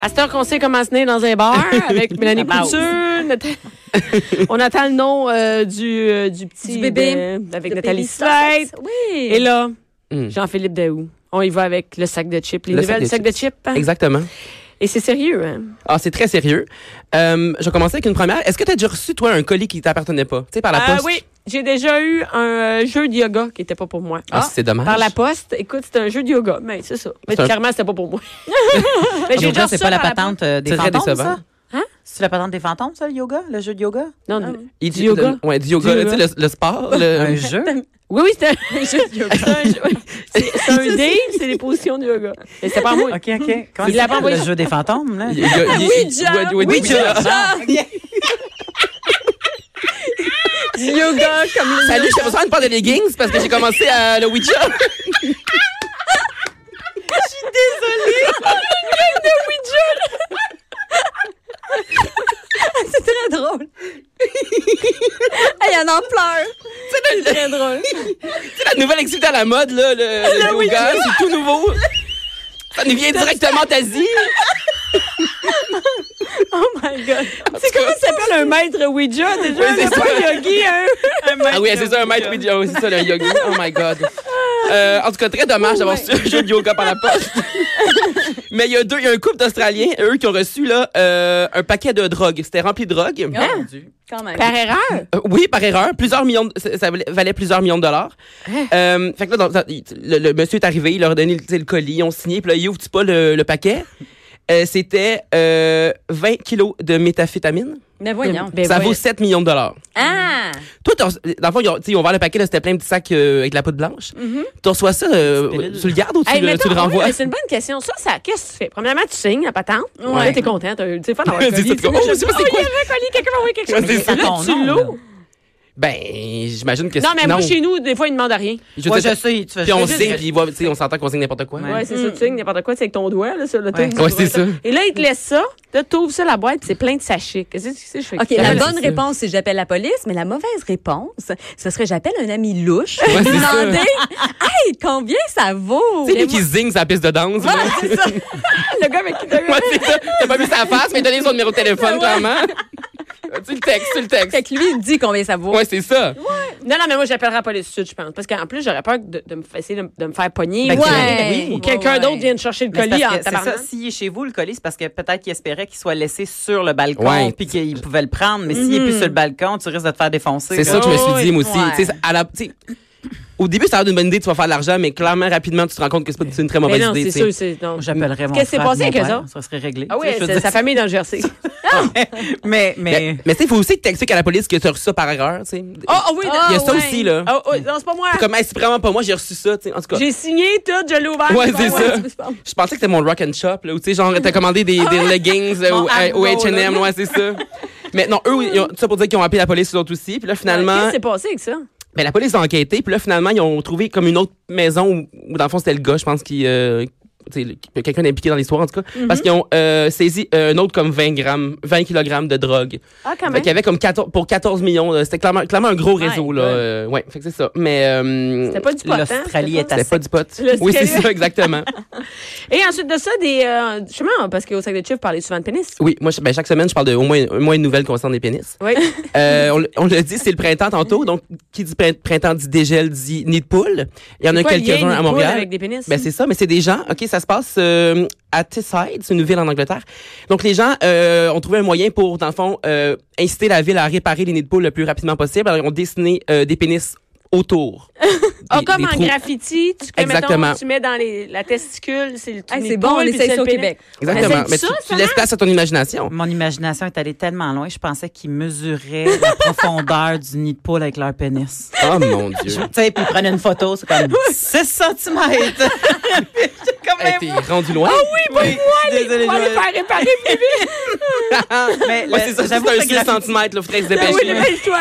À cette heure qu'on sait comment se tenir dans un bar avec Mélanie La base. Couture, Nath- on attend le nom euh, du, euh, du petit Du bébé. euh, avec De Nathalie Pélisse Lopez. Slate. Oui. Et là, Hmm. Jean-Philippe Daou. On y va avec le sac de chips, les Le sac nouvelles de du sac de chips. hein. Exactement. Et c'est sérieux, hein? Ah, c'est très sérieux. Euh, je vais commencer avec une première. Est-ce que tu as déjà reçu, toi, un colis qui t'appartenait pas? Tu sais, par la Ah poste? oui, j'ai déjà eu un euh, jeu de yoga qui n'était pas pour moi. Ah, c'est dommage. Par la poste, écoute, c'était un jeu de yoga, mais c'est ça. Mais C'est un- clairement, c'était pas pour moi. mais Le yoga, c'est reçu Ben, pas ça la par patente euh, des C'est très fantômes, décevant. ça? Hein? C'est la patente des fantômes, ça, le yoga? Le jeu de yoga? Non, non. Il Du dit- yoga. Ouais, du Du yoga. yoga. Tu sais, le, le sport. le- Un jeu? Oui, oui, c'était un jeu de yoga. C'est un jeu- c'est- c'est un dé, c'est les positions de yoga. Mais c'était pas à moi. OK, OK. Comment Il il l'a pas s'appelle, envoyé. le jeu des fantômes, là? Il y a- il- il- ouais, ouais, Oui, Ouija. Ah, OK. Du yoga Ah, comme le Salut, j'ai besoin de pas de leggings parce que j'ai commencé à le Ouija. C'est très drôle. hey, on en pleure. C'est très drôle. la nouvelle activité à la mode, là, le, le yoga, c'est tout nouveau. Ça nous vient directement d'Asie. Oh my God. C'est tout comment cas- ça s'appelle un maître Ouija déjà? Oui, c'est c'est pas ça. un yogi, hein? Ah oui, c'est ça, un maître Ouija, oui, c'est ça, le yogi. Oh my God. Euh, en tout cas, très dommage d'avoir reçu un jeu de yoga par la poste. Mais il y a deux, il y a un couple d'Australiens, eux, qui ont reçu là, euh, un paquet de drogue. C'était rempli de drogue. Quand même. Ah. Hein? Par erreur? Euh, oui, par erreur, plusieurs millions, de- ça, ça valait- valait plusieurs millions de dollars. Ah. Euh, fait que là, dans- dans- il- le, le monsieur est arrivé, il leur a donné tu sais, le colis, ils ont signé, puis là, il ouvre pas le, le paquet. Euh, C'était euh, 20 kilos de méthamphétamine. Mais voyons. Ben ça voyons. vaut 7 millions de dollars. Ah! Toi, t'as- dans le fond, ils ont, tu sais, ils ont ouvert le paquet, là, c'était plein de petits sacs euh, avec de la poudre blanche. Tu reçois ça, euh, Stérile. tu le gardes ou tu, Mm-hmm. Hey, le, tu mettons, le renvoies? ouais, c'est une bonne question. Ça, ça qu'est-ce que tu fais? Premièrement, tu signes la patente. Ouais. Là, t'es content. T'as eu tu sais, fun d'avoir un C'est colis. ça, Tu sais, oh, moi, je sais pas oh, c'est quoi. Il y avait un colis, quelqu'un m'a envoyé quelque chose. Ouais, c'est ça. Là, Ton tu nom, l'ouvres. ben, j'imagine que Non, mais moi, non. chez nous, des fois, ils demandent à rien. Je Moi, sais- je sais. Tu fais Puis on juste- signe, puis ils voient- tu sais, on s'entend qu'on signe n'importe quoi. Ouais, c'est ça. Tu signes n'importe quoi, c'est avec ton doigt, là, sur le Ouais. truc. mm. Ouais, c'est ça. Et là, ils te laissent ça. Là, t'ouvres ça, la boîte, c'est plein de sachets. Qu'est-ce que tu sais, je fais? OK, avec ça? la Ouais, bonne c'est ça. réponse, c'est j'appelle la police, mais la mauvaise réponse, ce serait j'appelle un ami louche pour Ouais, c'est ça. demander Hey, combien ça vaut? Tu sais, lui qui zigne sa piste de danse. là. C'est ça. Le gars avec qui t'as eu Moi, c'est ça. T'as pas vu sa face, mais donné son numéro de téléphone, clairement. tu le textes, tu le textes. Fait que lui, il dit combien ça vaut. Ouais, c'est ça. Non, non, mais moi, j'appellerai pas les études, je pense. Parce qu'en plus, j'aurais peur de, de me essayer de, de me faire pogner. Ben, ou- oui. Ou quelqu'un Ouais, ouais. d'autre vienne chercher le Mais c'est colis parce en que c'est ça, tabarnak. s'il est chez vous, le colis, c'est parce que peut-être qu'il espérait qu'il soit laissé sur le balcon Ouais. puis qu'il pouvait le prendre. Mais s'il est Mhm. plus sur le balcon, tu risques de te faire défoncer. C'est là. ça que je me suis dit, moi aussi. Ouais. Tu sais, à la- tu sais, au début, ça a l'air d'une bonne idée, tu vas faire de l'argent, mais clairement, rapidement, tu te rends compte que c'est pas c'est une très Mais mauvaise non, idée. c'est tu sais. sûr, c'est. non. J'appellerais mon Qu'est-ce qui s'est frère, passé mon avec eux père, autres? Ça serait réglé. Ah oui, Tu sais, je veux c'est dire, sa famille est dans le Jersey. Mais, Mais, mais... mais tu sais, il faut aussi que tu expliques à la police que tu as reçu ça par erreur. tu sais. Oh, Ah oh oui, Il y a oh, ça ouais. aussi, là. Oh, oh, non, c'est pas moi. Comme, hey, c'est vraiment pas moi, j'ai reçu ça. tu sais. En tout cas, J'ai signé tout, je l'ai ouvert. Ah Ouais, pas c'est moi. ça. je pensais que c'était mon rock and shop, là, où tu sais, genre, t'as commandé des, des leggings euh, Mon au- à- au Argo, là. HM, ouais, c'est ça. Mais non, eux, ils ont, ça pour dire qu'ils ont appelé la police, eux autres aussi. Puis là, Qu'est-ce finalement, qui s'est passé avec ça? Ben, la police a enquêté, puis là, finalement, ils ont trouvé comme une autre maison où, où, dans le fond, c'était le gars, je pense, qui. Euh, tu sais, le- qui- quelqu'un d'impliqué dans l'histoire, en tout cas. Mhm. Parce qu'ils ont euh, saisi euh, un autre comme 20 grammes, 20 kilogrammes de drogue. Ah, quand Fait qu'il y avait comme 14, pour 14 millions. là, C'était clairement, clairement un gros My réseau, là. God. euh, ouais, fait que c'est ça. Mais. euh, C'était pas du pot, hein? L'Australie C'était est pas- c'était pas du pot. Le Oui, c'est sérieux. ça, exactement. Et ensuite de ça, des. Euh, justement, parce qu'au sac de chips, vous parlez souvent de pénis. Oui, moi, je- ben, chaque semaine, je parle de au moins, au moins une nouvelle concernant les pénis. Oui. Euh, on, le- on le dit, c'est le printemps tantôt. Donc, qui dit print- printemps dit dégel, dit nid de poule. Il y en a Quoi, il y une quelques-uns à poule Montréal. Avec des pénis. Ben c'est ça, mais c'est des gens. Ok, ça se passe euh, à Teesside, c'est une ville en Angleterre. Donc les gens euh, ont trouvé un moyen pour, dans le fond, euh, inciter la ville à réparer les nids de poules le plus rapidement possible. Alors ils ont dessiné euh, des pénis autour Ah, des- comme des en trous. graffiti, tu, que, mettons, Exactement. tu mets dans les, la testicule, c'est le Ah, les c'est bon, on poules, puis essaye c'est ça au le pénis. Québec. Exactement. Mais Mais c'est tu, ça, hein? tu laisses place à ton imagination. Mon imagination est allée tellement loin, je pensais qu'ils mesuraient la profondeur du nid de poule avec leur pénis. Oh mon Dieu. Tu sais, puis ils prenaient une photo, c'est comme 6 cm. quand Hey, Eh, T'es rendu loin. Ah oui, oui. Désolée, On va Joël. les faire réparer plus Mais Ouais, le- c'est ça, c'est j'avoue que un le 6 graphique- cm, là, faudrait se vite. Oui, dépêcher. dépêche-toi.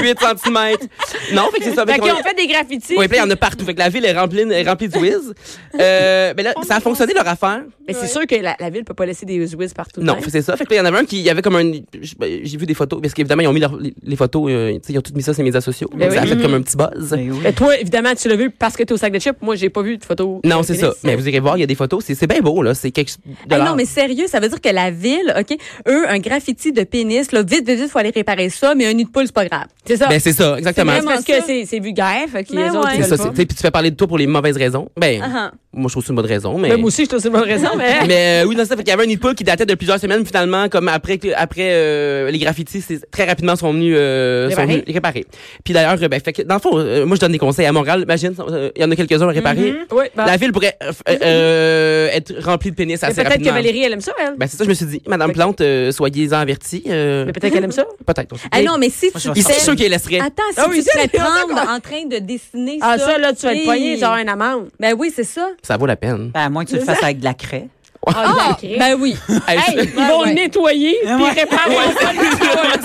8 cm. Non, fait que c'est ça. Fait fait qu'on- qu'on fait des graffitis. Oui, puis là, il y en a partout. Fait que la ville est remplie, est remplie de whiz. Euh, mais là, ça Oh a fonctionné leur affaire. Mais c'est sûr que la, la ville peut pas laisser des whiz partout. de Non, même. c'est ça. Fait que là, il y en avait un qui, il y avait comme un, je- ben, j'ai vu des photos, parce qu'évidemment, ils ont mis leurs- les- les photos, euh, tu sais, ils ont toutes mis ça sur les médias sociaux. Ben Donc, ça a oui. fait comme un petit buzz. Ben oui. Mais toi, évidemment, tu l'as vu parce que t'es au sac de chips. Moi, j'ai pas vu de photo. Non, c'est ça. Mais vous irez voir, il y a des photos. C'est c'est bien beau, là. C'est quelque de Hey, l'art. Ah non, mais sérieux, ça veut dire que la ville, OK, eux, un graffiti de pénis, là, vite, vite, vite, faut aller réparer ça, mais un nid de poule, c'est pas grave. C'est ça. Ben, c'est ça, exactement. C'est parce ça. que c'est- c'est vulgaire, fait que Mais les autres, ouais. ils C'est ça, veulent c'est- pas. tu sais, puis tu fais parler de toi pour les mauvaises raisons. Ben, Ah, Ben, ah. moi, je trouve que c'est une bonne raison, mais. Même aussi, je trouve que c'est une bonne raison, mais. Mais euh, oui, non, c'est ça. Fait qu'il y avait un nid de poule qui datait de plusieurs semaines, finalement, comme après, que- après euh, les graffitis, c'est- très rapidement sont venus, euh, sont Réparer. venus réparer. Puis d'ailleurs, euh, ben, fait que, dans le fond, euh, moi, je donne des conseils à Montréal. Imagine, euh, il y en a quelques-uns à réparer. Oui, ben, La ville pourrait euh, f- euh, être remplie de pénis mais assez peut-être que rapidement. Valérie, elle aime ça, elle. Ben, c'est ça, je me suis dit. Madame Plante, euh, soyez-en avertie. euh, mais peut-être qu'elle aime ça. Peut-être. on sait Ah non, mais si tu je vais Ils sont sortir. sûrs qu'ils laisseraient. Attends, si Ah oui, tu te c'est- fais prendre en train de dessiner Ah, ça. ça, là, tu vas être Hey. poigné, genre une amende. Ben oui, c'est ça. Ça vaut la peine. Ben, à moins que tu le fasses avec de la craie. Ah, Ben oui. Hey, Hey, je- ils vont ouais. nettoyer, puis Ouais. réparer.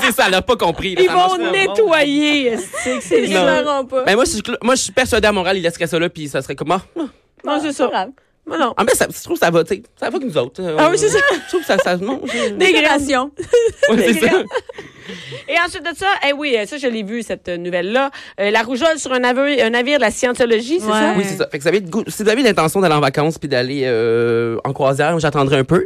c'est ça, elle a pas compris. là, Ils ça vont marche pas. nettoyer. est-ce que C'est Non. ça. pas. Ben, moi, je suis, cl- moi, je suis persuadée à Montréal, ils laisseraient ça là, puis ça serait comme. Ah, ah. Non, c'est ça. grave. Non, non. Ah, ben, ça, je trouve que ça va, tu sais, ça va que nous autres. euh, Ah oui, c'est ça. Je trouve que ça, ça mange. Des graines. Dégradation. Ouais, c'est ça. Et ensuite de ça, eh oui, euh, ça, je l'ai vu, cette euh, nouvelle-là. Euh, la rougeole sur un navire, un navire de la scientologie, c'est Ouais. ça? Oui, c'est ça. Fait que vous avez le goût- si vous avez l'intention d'aller en vacances puis d'aller euh, en croisière, j'attendrai un peu.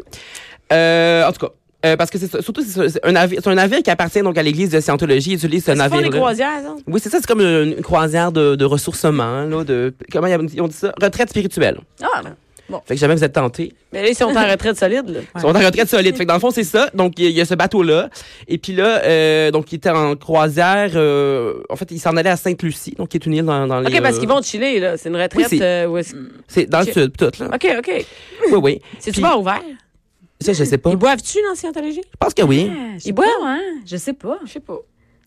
Euh, en tout cas. euh, parce que c'est ça. surtout c'est c'est un navire, c'est un navire qui appartient donc à l'église de Scientologie. Ils utilisent ce Ils font des navire. croisières, non? Oui, c'est ça. C'est comme une une croisière de, de ressourcement, là, de comment ils ont dit ça, retraite spirituelle. Ah, ben. Fait que jamais vous êtes tenté. Mais là, ils sont en retraite solide, là. Ils sont en retraite solide. Fait que dans le fond, c'est ça. Donc, il y, a- il y a ce bateau-là. Et puis là, euh, donc, il était en croisière. euh, en fait, il s'en allait à Sainte-Lucie, donc qui est une île dans, dans les... OK, parce euh, qu'ils vont chiller, là. C'est une retraite. Oui, c'est- euh, où est-ce- C'est dans le sud, tout, là. OK, OK. Oui, oui. C'est-tu Puis- pas ouvert? Ça, je sais pas. Ils boivent-tu dans la scientologie? Je pense que oui. Ils boivent, hein? Je sais pas. Je sais pas.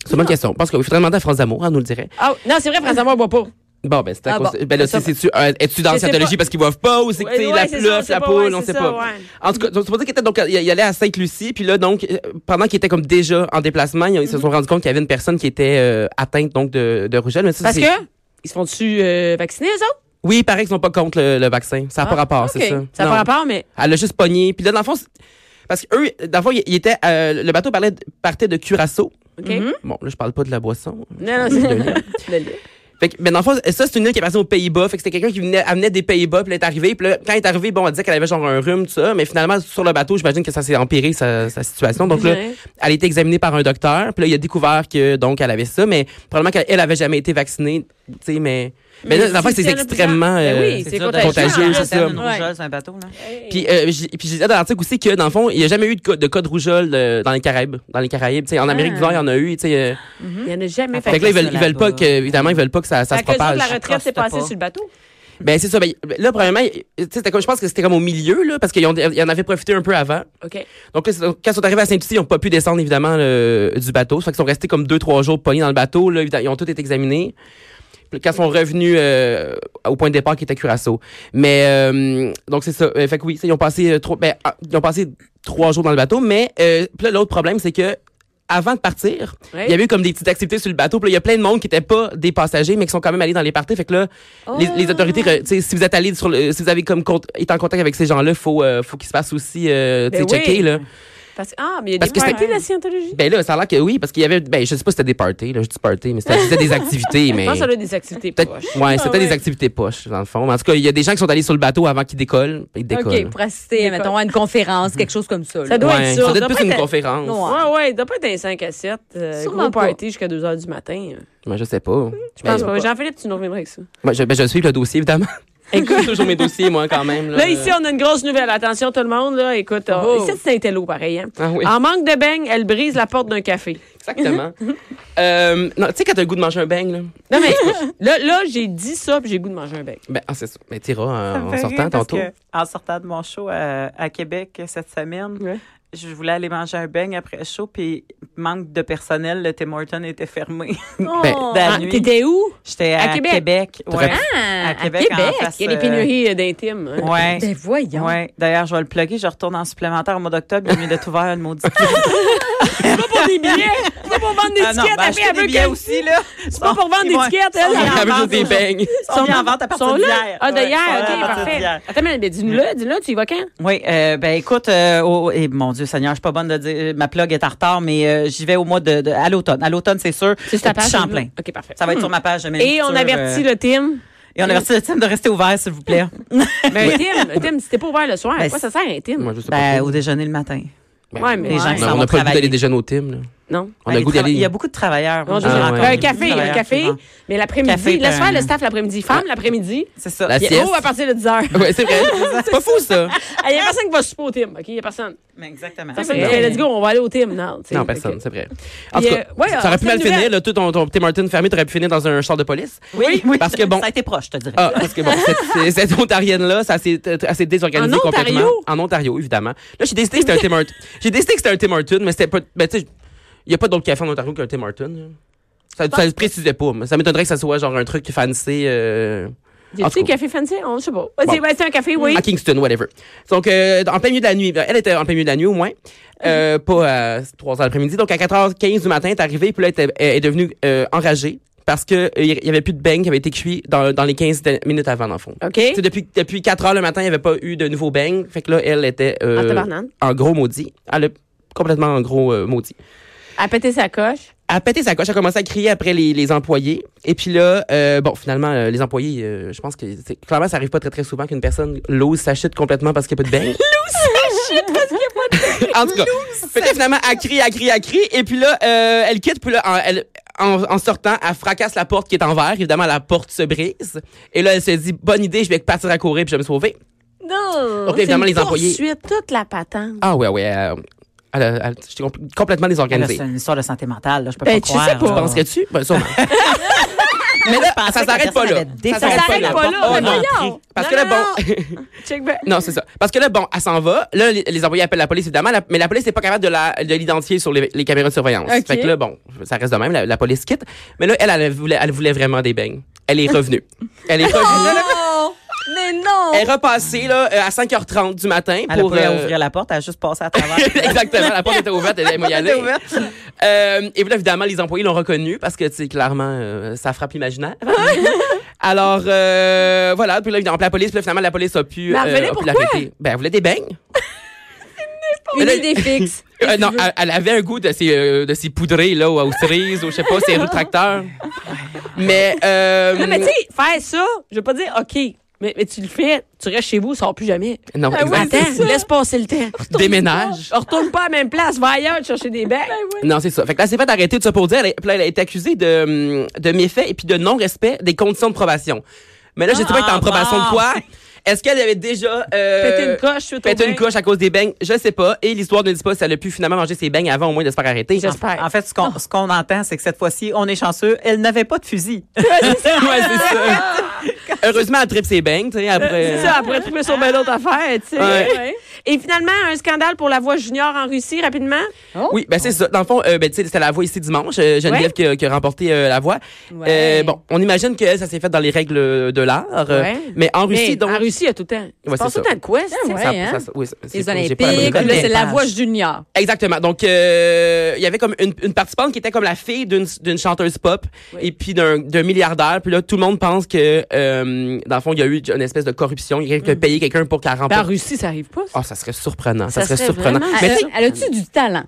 C'est une bonne question. Parce qu'il faudrait demander à France Amour, elle nous le dirait. Ah, non, c'est vrai, François, moi, boit pas. Bon, ben, c'est à Ah cause. bon. ben, là, Ça c'est- c'est-tu, euh, es-tu dans Je la sais scientologie parce qu'ils boivent pas ou c'est que, tu sais, Ouais, la ouais, c'est ça, on l'œuf, sait la pas, poule, ouais, on c'est sait ça, pas. ouais. En tout cas, donc, c'est pour ça qu'il était, donc, il il allait à Sainte-Lucie, puis là, donc, euh, pendant qu'il était comme déjà en déplacement, ils, ils Mm-hmm. se sont rendus compte qu'il y avait une personne qui était euh, atteinte, donc, de, de rougeole. Mais ça, Parce c'est- que ils se font-tu euh, vacciner, eux autres? Oui, il paraît qu'ils sont pas contre le, le vaccin. Ça n'a pas rapport, c'est ça. Ah, Ça n'a Non. pas rapport, mais. Elle a juste pogné. Puis là, dans le fond, c'est- parce que eux, dans le fond, il il était, euh, le bateau parlait, de- partait de Curaçao. OK? Bon, là, je parle pas de la boisson. Non, non, De c'est. l'île. Fait que, mais dans le fond, ça, c'est une île qui est passée aux Pays-Bas. Fait que c'était quelqu'un qui venait, amenait des Pays-Bas, puis elle est arrivée. Puis là, quand elle est arrivée, bon, elle disait qu'elle avait genre un rhume, tout ça. Mais finalement, sur le bateau, j'imagine que ça s'est empiré, sa, sa situation. Donc là, Ouais. elle a été examinée par un docteur. Puis là, il a découvert que, donc, elle avait ça. Mais probablement qu'elle elle avait jamais été vaccinée. Tu sais, mais. Mais là, la fois, c'est s'il y en a extrêmement. plusieurs- Ben euh, oui, c'est dur de- contagieux, Ah, c'est ça. Une Ouais. rougeole sur un bateau, là. Puis, euh, j'ai- puis je disais dans l'article aussi que, dans le fond, il n'y a jamais eu de cas de, cas de rougeole euh, dans les Caraïbes. Dans les Caraïbes, tu sais, en Amérique du Nord, il y en a eu, tu sais. euh. Il n'y en a jamais Ah. fait fait. que là, ils veulent, ça, ils veulent pas là-bas. que, évidemment, ils veulent pas que ça, ça Fait se que les autres, propage. la retraite s'est Accoste passée pas. sur le bateau. Ben, c'est ça. Ben, là, premièrement, tu sais, c'était comme- je pense que c'était comme au milieu, là, parce qu'ils ont- ils en avaient profité un peu avant. OK. Donc, là, c'est- quand ils sont arrivés à Saint-Lucie, ils n'ont pas pu descendre, évidemment, le- du bateau. Ça fait qu'ils sont restés comme deux, trois jours pognés dans le bateau. Là, évidemment, ils ont tous été examinés. Puis Quand ils sont revenus euh, au point de départ qui était Curaçao. Mais, euh, donc, c'est ça. Euh, fait que oui, ça, ils ont, passé, euh, trois, ben, ah, ils ont passé trois jours dans le bateau. Mais, euh, puis là, l'autre problème, c'est que avant de partir, Ouais. il y avait eu comme des petites activités sur le bateau. Puis là, il y a plein de monde qui n'étaient pas des passagers, mais qui sont quand même allés dans les parties. Fait que là, les, Oh. les autorités, re- tu sais, si vous êtes allé sur le, si vous avez comme cont- été en contact avec ces gens-là, faut, euh, faut qu'ils se fassent aussi, euh, tu sais, Ben oui. checker, là. Parce... Ah, mais il y a Parce des que c'est- parties de la scientologie. Ben là, ça a l'air que oui, parce qu'il y avait, ben, je sais pas si c'était des parties, là, je dis parties, mais c'était c'était des activités, mais. Je pense que ça a des activités Peut-être, proches. ouais, c'était ouais. des activités poches, dans le fond. Mais En tout cas, il y a des gens qui sont allés sur le bateau avant qu'ils décollent. Ils décollent. OK, pour assister, mettons, à une conférence, quelque chose comme ça. là. Ça doit Ouais, être ça. ça doit être doit plus pas une être- conférence. Non. Ouais, ouais, il doit pas être dans les 5 à 7. Euh, Sûrement gros pas. party jusqu'à 2 h du matin. euh. Ben, je sais pas. Je pense Ben, pas. Jean-Philippe, tu nous reviendras avec ça. moi, je, ben, je suis le dossier, évidemment. Écoute, j'ai toujours mes dossiers, moi, quand même. Là, Là, ici, on a une grosse nouvelle. Attention, tout le monde. Là. Écoute, Oh. euh, ici, c'est un télo, pareil. Hein? Ah oui. En manque de beigne, elle brise la porte d'un café. Exactement. Euh, non, tu sais, quand t'as le goût de manger un beigne, là. Non, mais là, là j'ai dit ça, puis j'ai le goût de manger un bec. Ben, ah, c'est ça. Mais t'iras Ça euh, me en fait rire sortant parce tantôt. que en sortant de mon show euh, à Québec cette semaine, Ouais. je voulais aller manger un beigne après le show, puis manque de personnel, le Tim Hortons était fermé. Ben, Oh. la Ah, nuit. T'étais où? J'étais à, Québec. Québec. T'aurais ouais. pu- Euh, Ah, À Québec, en face, Il y a des pénuries euh, d'intimes. hein. Ouais. Ben voyons. Ouais. D'ailleurs, je vais le plugger. Je retourne en supplémentaire au mois d'octobre. Il est mieux d'être ouvert une maudite. clinique. C'est pas pour des billets. C'est pas pour vendre des Ah non, tickets. ben, après, acheter elle des veut billets qu'elle- aussi, là. C'est pas pour vendre des tickets, elle. Elle Ils sont en avait juste vente des aujourd'hui. beignes. Ils sont mis en vente à partir sont là? d'hier. Ah, Ouais, d'hier, ils sont là à OK, partir parfait. d'hier. Attends, mais ben, dis-nous-le, dis-le, tu y vas quand? Oui, euh, ben écoute, euh, au- et mon Dieu Seigneur, je suis pas bonne de dire, euh, ma plug est en retard, mais euh, j'y vais au mois de, de- à l'automne. À l'automne, c'est sûr. C'est sur ta Au petit page. Champlain. là? OK, parfait. Ça va être sur ma page. de euh, Et on avertit le team. Et on avertit le team de rester ouvert, s'il vous plaît. Mais un team, un team, si t'es pas ouvert le soir, à Ben, quoi ça sert un team? Moi, je sais pas. ben, au déjeuner le matin. Ben, Ouais, mais- Les gens Ouais. qui on a- s'en on n'a vont pas le goût travailler. d'aller déjeuner au Tim, là. Non. On Ah, a les le goût trava- d'aller. Il y a beaucoup de travailleurs. Non, je J'ai Ah, rencontré ouais. Un beaucoup de café, un travailleurs café. qui rentrent. Mais Café, l'après-midi, laisse ben- faire le staff l'après-midi. Femme, l'après-midi. C'est ça. La Puis sieste. oh, à partir de 10 h. Ouais, c'est vrai. C'est pas fou, ça. Il y a personne qui va souper au team. OK, il y a personne. Mais exactement. Personne qui dit, hey, let's go, on va aller au team. Non, tu sais. Ah, Non, personne, Fait que- c'est vrai. En tout Puis, cas, euh, ouais, ça on aurait fait pu mal une finir, nouvelle. là, tout ton, ton Tim Martin fermé, t'aurais pu finir dans un char de police. Oui, oui. Parce que bon- Ça a été proche, je te dirais. Ah, parce que bon, cette, c'est- cette Ontarienne-là, ça s'est euh, elle s'est désorganisée En Ontario? complètement. En Ontario, évidemment. Là, j'ai décidé que c'était un Tim Hortons. J'ai décidé que c'était un Tim Hortons, mais c'était pas. Ben, tu sais, il n'y a pas d'autre café en Ontario qu'un Tim Hortons. là. Ça ne le précisait pas. mais Ça m'étonnerait que ça soit genre un truc fancy euh, Y En a-tu tout un cas. café fancy? On ne sait pas. Ouais, C'est Bon. Mmh. ouais, c'est un café, oui. à Kingston, whatever. Donc, euh, en plein milieu de la nuit. Elle était en plein milieu de la nuit, au moins. Mm-hmm. Euh, Pas à 3 h l'après-midi. Donc, à 4h15 du matin, elle est arrivée, puis là, elle, était- elle est devenue euh, enragée parce que euh, il y avait plus de beignes qui avait été cuit dans, dans les 15 minutes avant, dans le fond. OK. Tu sais, depuis, depuis 4 heures le matin, il n'y avait pas eu de nouveau bang. Fait que là, elle était euh, En tabarnane. en gros maudit. Elle a complètement en gros euh, maudit. À péter sa coche. Elle a pété sa coche, elle a commencé à crier après les, les employés. Et puis là, euh, bon, finalement, euh, les employés, euh, je pense que c'est- clairement, ça arrive pas très très souvent qu'une personne lose sa shit complètement parce qu'il n'y a pas de bang. en tout cas. Fait que là, finalement, elle crie, elle crie, elle crie. Et puis là, euh, elle quitte. Puis là, en, elle- en- en sortant, elle fracasse la porte qui est en verre. Évidemment, la porte se brise. Et là, elle se dit, bonne idée, je vais partir à courir puis je vais me sauver. Non. Donc, évidemment, C'est une les employés- poursuite, toute la patente. Ah ouais, ouais. euh, elle, a- elle- j'étais compl- complètement Là, désorganisée. C'est une histoire de santé mentale, là, je peux Ben, pas tu croire. sais pas. là. Tu penses que tu? Ben, sûrement. Mais là, ça s'arrête pas là. Ça s'arrête pas là. Oh, Mais non. voyons. Parce Non, que là, non, bon. Check back. Non, c'est ça. Parce que là, bon, elle s'en va. Là, les, les employés appellent la police, évidemment, la- mais la police n'est pas capable de la- de l'identifier sur les, les caméras de surveillance. Ok. Fait que là, bon, ça reste de même, la, la police quitte. Mais là, elle, elle voulait, elle voulait vraiment des beignes. Elle est revenue. elle est revenue. Oh, mais non. elle est repassée, là, euh, à 5h30 du matin Elle pour. pourrait euh, ouvrir la porte, elle a juste passé à travers. Exactement, la porte était ouverte, elle allait y aller. Euh, et puis là, évidemment, les employés l'ont reconnu parce que, tu sais, clairement, euh, ça frappe l'imaginaire. Alors, euh, voilà. Puis là, évidemment, la police, puis là, finalement, la police a pu, Mais elle venait a pu pourquoi? l'arrêter. Ben, elle voulait des beignes. Une là- idée fixe. Euh, non, elle, elle avait un goût de ces, euh, de ces poudrés, là, aux cerises, ou je sais pas, ces roues de tracteur. Mais, euh, Non, Ah, mais tu sais, faire ça, je veux pas dire OK, mais, mais tu le fais, tu restes chez vous, sors plus jamais. non, Ah oui, exact. Attends, laisse passer le temps. Déménage. On retourne pas à la même place, va ailleurs chercher des becs. Non, c'est ça. Fait que là, elle s'est fait arrêter de ça pour dire. Elle, est- puis là, elle a été accusée de, hum, de méfait et puis de non-respect des conditions de probation. Mais là, je sais pas, elle était en Ah, probation bon. de quoi? Est-ce qu'elle avait déjà euh, Péter une coche suite au pété bain? une coche à cause des beignes? Je sais pas. Et l'histoire ne dit pas si elle a pu finalement manger ses beignes avant au moins de se faire arrêter. J'espère. En fait, ce qu'on ce qu'on entend, c'est que cette fois-ci, on est chanceux. Elle n'avait pas de fusil. Ouais, c'est ça. Heureusement, elle tripe ses beignes, tu sais, après. euh, C'est ça, après trouver sur ben d'autres affaires, tu sais. Ouais. Ouais. Et finalement, un scandale pour la voix junior en Russie, rapidement. Oui, ben c'est ça. Dans le fond, euh, ben, tu sais, c'était la voix ici dimanche. euh, Geneviève Ouais. qui, a, qui a remporté euh, la voix. Ouais. Euh, bon, on imagine que ça s'est fait dans les règles de l'art. euh, Ouais. Mais en Russie, Mais donc. en Russie, il y a tout le temps. Ouais, Tu passes c'est tout le temps de quoi, Ah, ouais. ça- hein? ça- oui, c'est- Les c'est- j'ai Olympiques, pas la bonne là, école. c'est la page. voix junior. Exactement. Donc, euh, il y avait comme une, une participante qui était comme la fille d'une d'une chanteuse pop et puis d'un d'un milliardaire. Puis là, tout le monde pense que, euh, dans le fond, il y a eu une espèce de corruption. Il y a quelqu'un qui a payé quelqu'un pour qu'elle Ben, en remporte. Russie, ça arrive pas. ça. Oh, ça serait surprenant. Ça, Ça serait, serait surprenant. vraiment- euh, Mais Elle, elle a-tu du talent?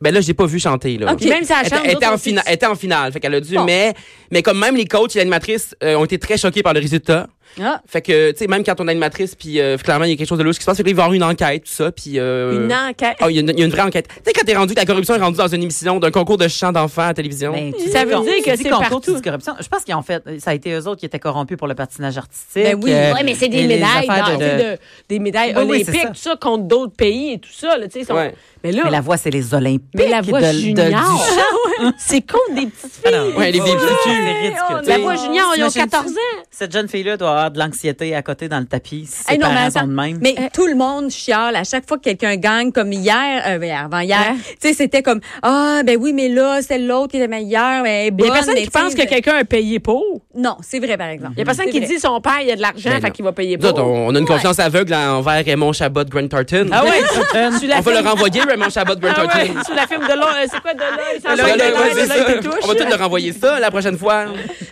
ben là, j'ai pas vu chanter là. Ok. Même si elle chante, Elle, était- elle était d'autres, on en sait- finale, elle était en finale, fait qu'elle a dû, Bon. mais, mais comme même les coachs et l'animatrice euh, ont été très choqués par le résultat. Ah, Fait que, tu sais, même quand on est animatrice, puis euh, clairement, il y a quelque chose de louche qui se passe, fait que là, il va y avoir une enquête, tout ça, puis... euh, Une enquête. Ah, il y, a une- il y a une vraie enquête. Tu sais, quand t'es rendu, que la corruption est rendue dans une émission d'un concours de chant d'enfants à la télévision. Ben, tu Ça dis veut con- dire tu que dis c'est concours, partout. tu dis corruption. Je pense qu'ils ont fait. Ça a été eux autres qui étaient corrompus pour le patinage artistique. Ben oui. euh, Ouais, mais c'est et des les médailles, affaires dans- de- tu de- sais, de- des médailles Oui, oui, olympiques, c'est ça. tout ça, contre d'autres pays et tout ça. Là, tu sais, ils sont- Ouais. Mais là, Mais la voix, c'est les Olympiques. mais la voix de- de- du junior, chant. Ah ouais, c'est contre des petites filles. Ouais, les Ah C'est débuts. ridicule. La Tu voix sais, junior, ils ont t'imagines-tu? 14 ans. Cette jeune fille-là doit avoir de l'anxiété à côté dans le tapis. Si ses Hey, Eh non, mais parents attends. sont de même. Mais Euh. tout le monde chiale à chaque fois que quelqu'un gagne, comme hier, euh, ben, avant hier. Hein? Tu sais, c'était comme ah ben oui, mais là c'est l'autre qui était meilleur, Il mais elle est y a bonne, personne mais qui tu sais, pense que quelqu'un a payé pour. Non, c'est vrai par exemple. Il y a personne C'est qui vrai. dit son père, il y a de l'argent, Ben fait non. qu'il va payer Nous pour. autres, on, on a une confiance aveugle envers Raymond Chabot de Grant Tartan. Ah ouais, Tu on la va filmes- le renvoyer, Raymond Chabot de Grant Ah Tartan. ouais, tu la filmes de là, euh, c'est quoi de là? Il s'en sort Ouais, de ouais, là, ouais, de là, il te c'est ça. On va touche. tous le renvoyer ça la prochaine fois.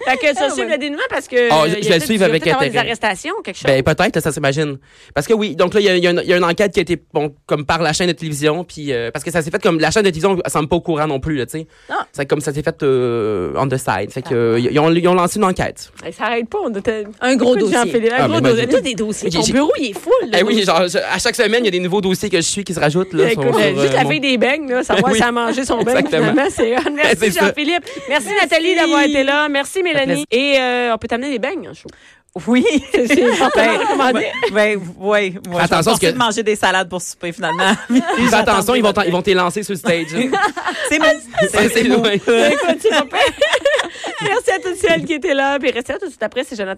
Fait que Ah, ça suit le dénouement parce que. Ah, euh, je- il y a je vais le peut-être- suivre il va avec peut-être avoir des intérêt. arrestations, quelque chose. Ben peut-être, là, ça s'imagine. Parce que oui, donc là, il y a- il y, a une- il y a une enquête qui a été bon, comme par la chaîne de télévision, puis euh, parce que ça s'est fait comme la chaîne de télévision elle semble pas au courant non plus, là, tu sais. Ah. C'est comme ça s'est fait euh, on the side. Fait que euh, ils, ont, ils ont lancé une enquête. Hey, Ça arrête pas. On a tel- Un gros Écoute, dossier. Jean-Philippe, Un Ah, gros mais dossier. vas-y. Tous des dossiers. Ton J'ai- bureau, il est full. là, Eh de- oui, genre je- à chaque semaine, il y a des nouveaux dossiers que je suis qui se rajoutent là. Écoute, sont sur, euh, euh, juste la mon- fille des beignes, là, savoir Oui. si elle mangeait son beigne, Exactement. finalement, Ben, c'est hot. Merci c'est ça. Jean-Philippe. Merci, Nathalie d'avoir été là. Merci Mélanie. Et euh, on peut t'amener des beignes, je trouve. Oui. Ben, recommandé. Ben, oui. Attention, Moi, Attention, parce que- de manger des salades pour souper, finalement. Fais attention, ils vont t'en- ils vont t'élancer sur le stage. hein. c'est mou. C'est- c'est mou. loin. Écoute, c'est pas pire. Merci à toutes celles qui étaient là. Puis restez là tout de suite après, c'est Jonathan.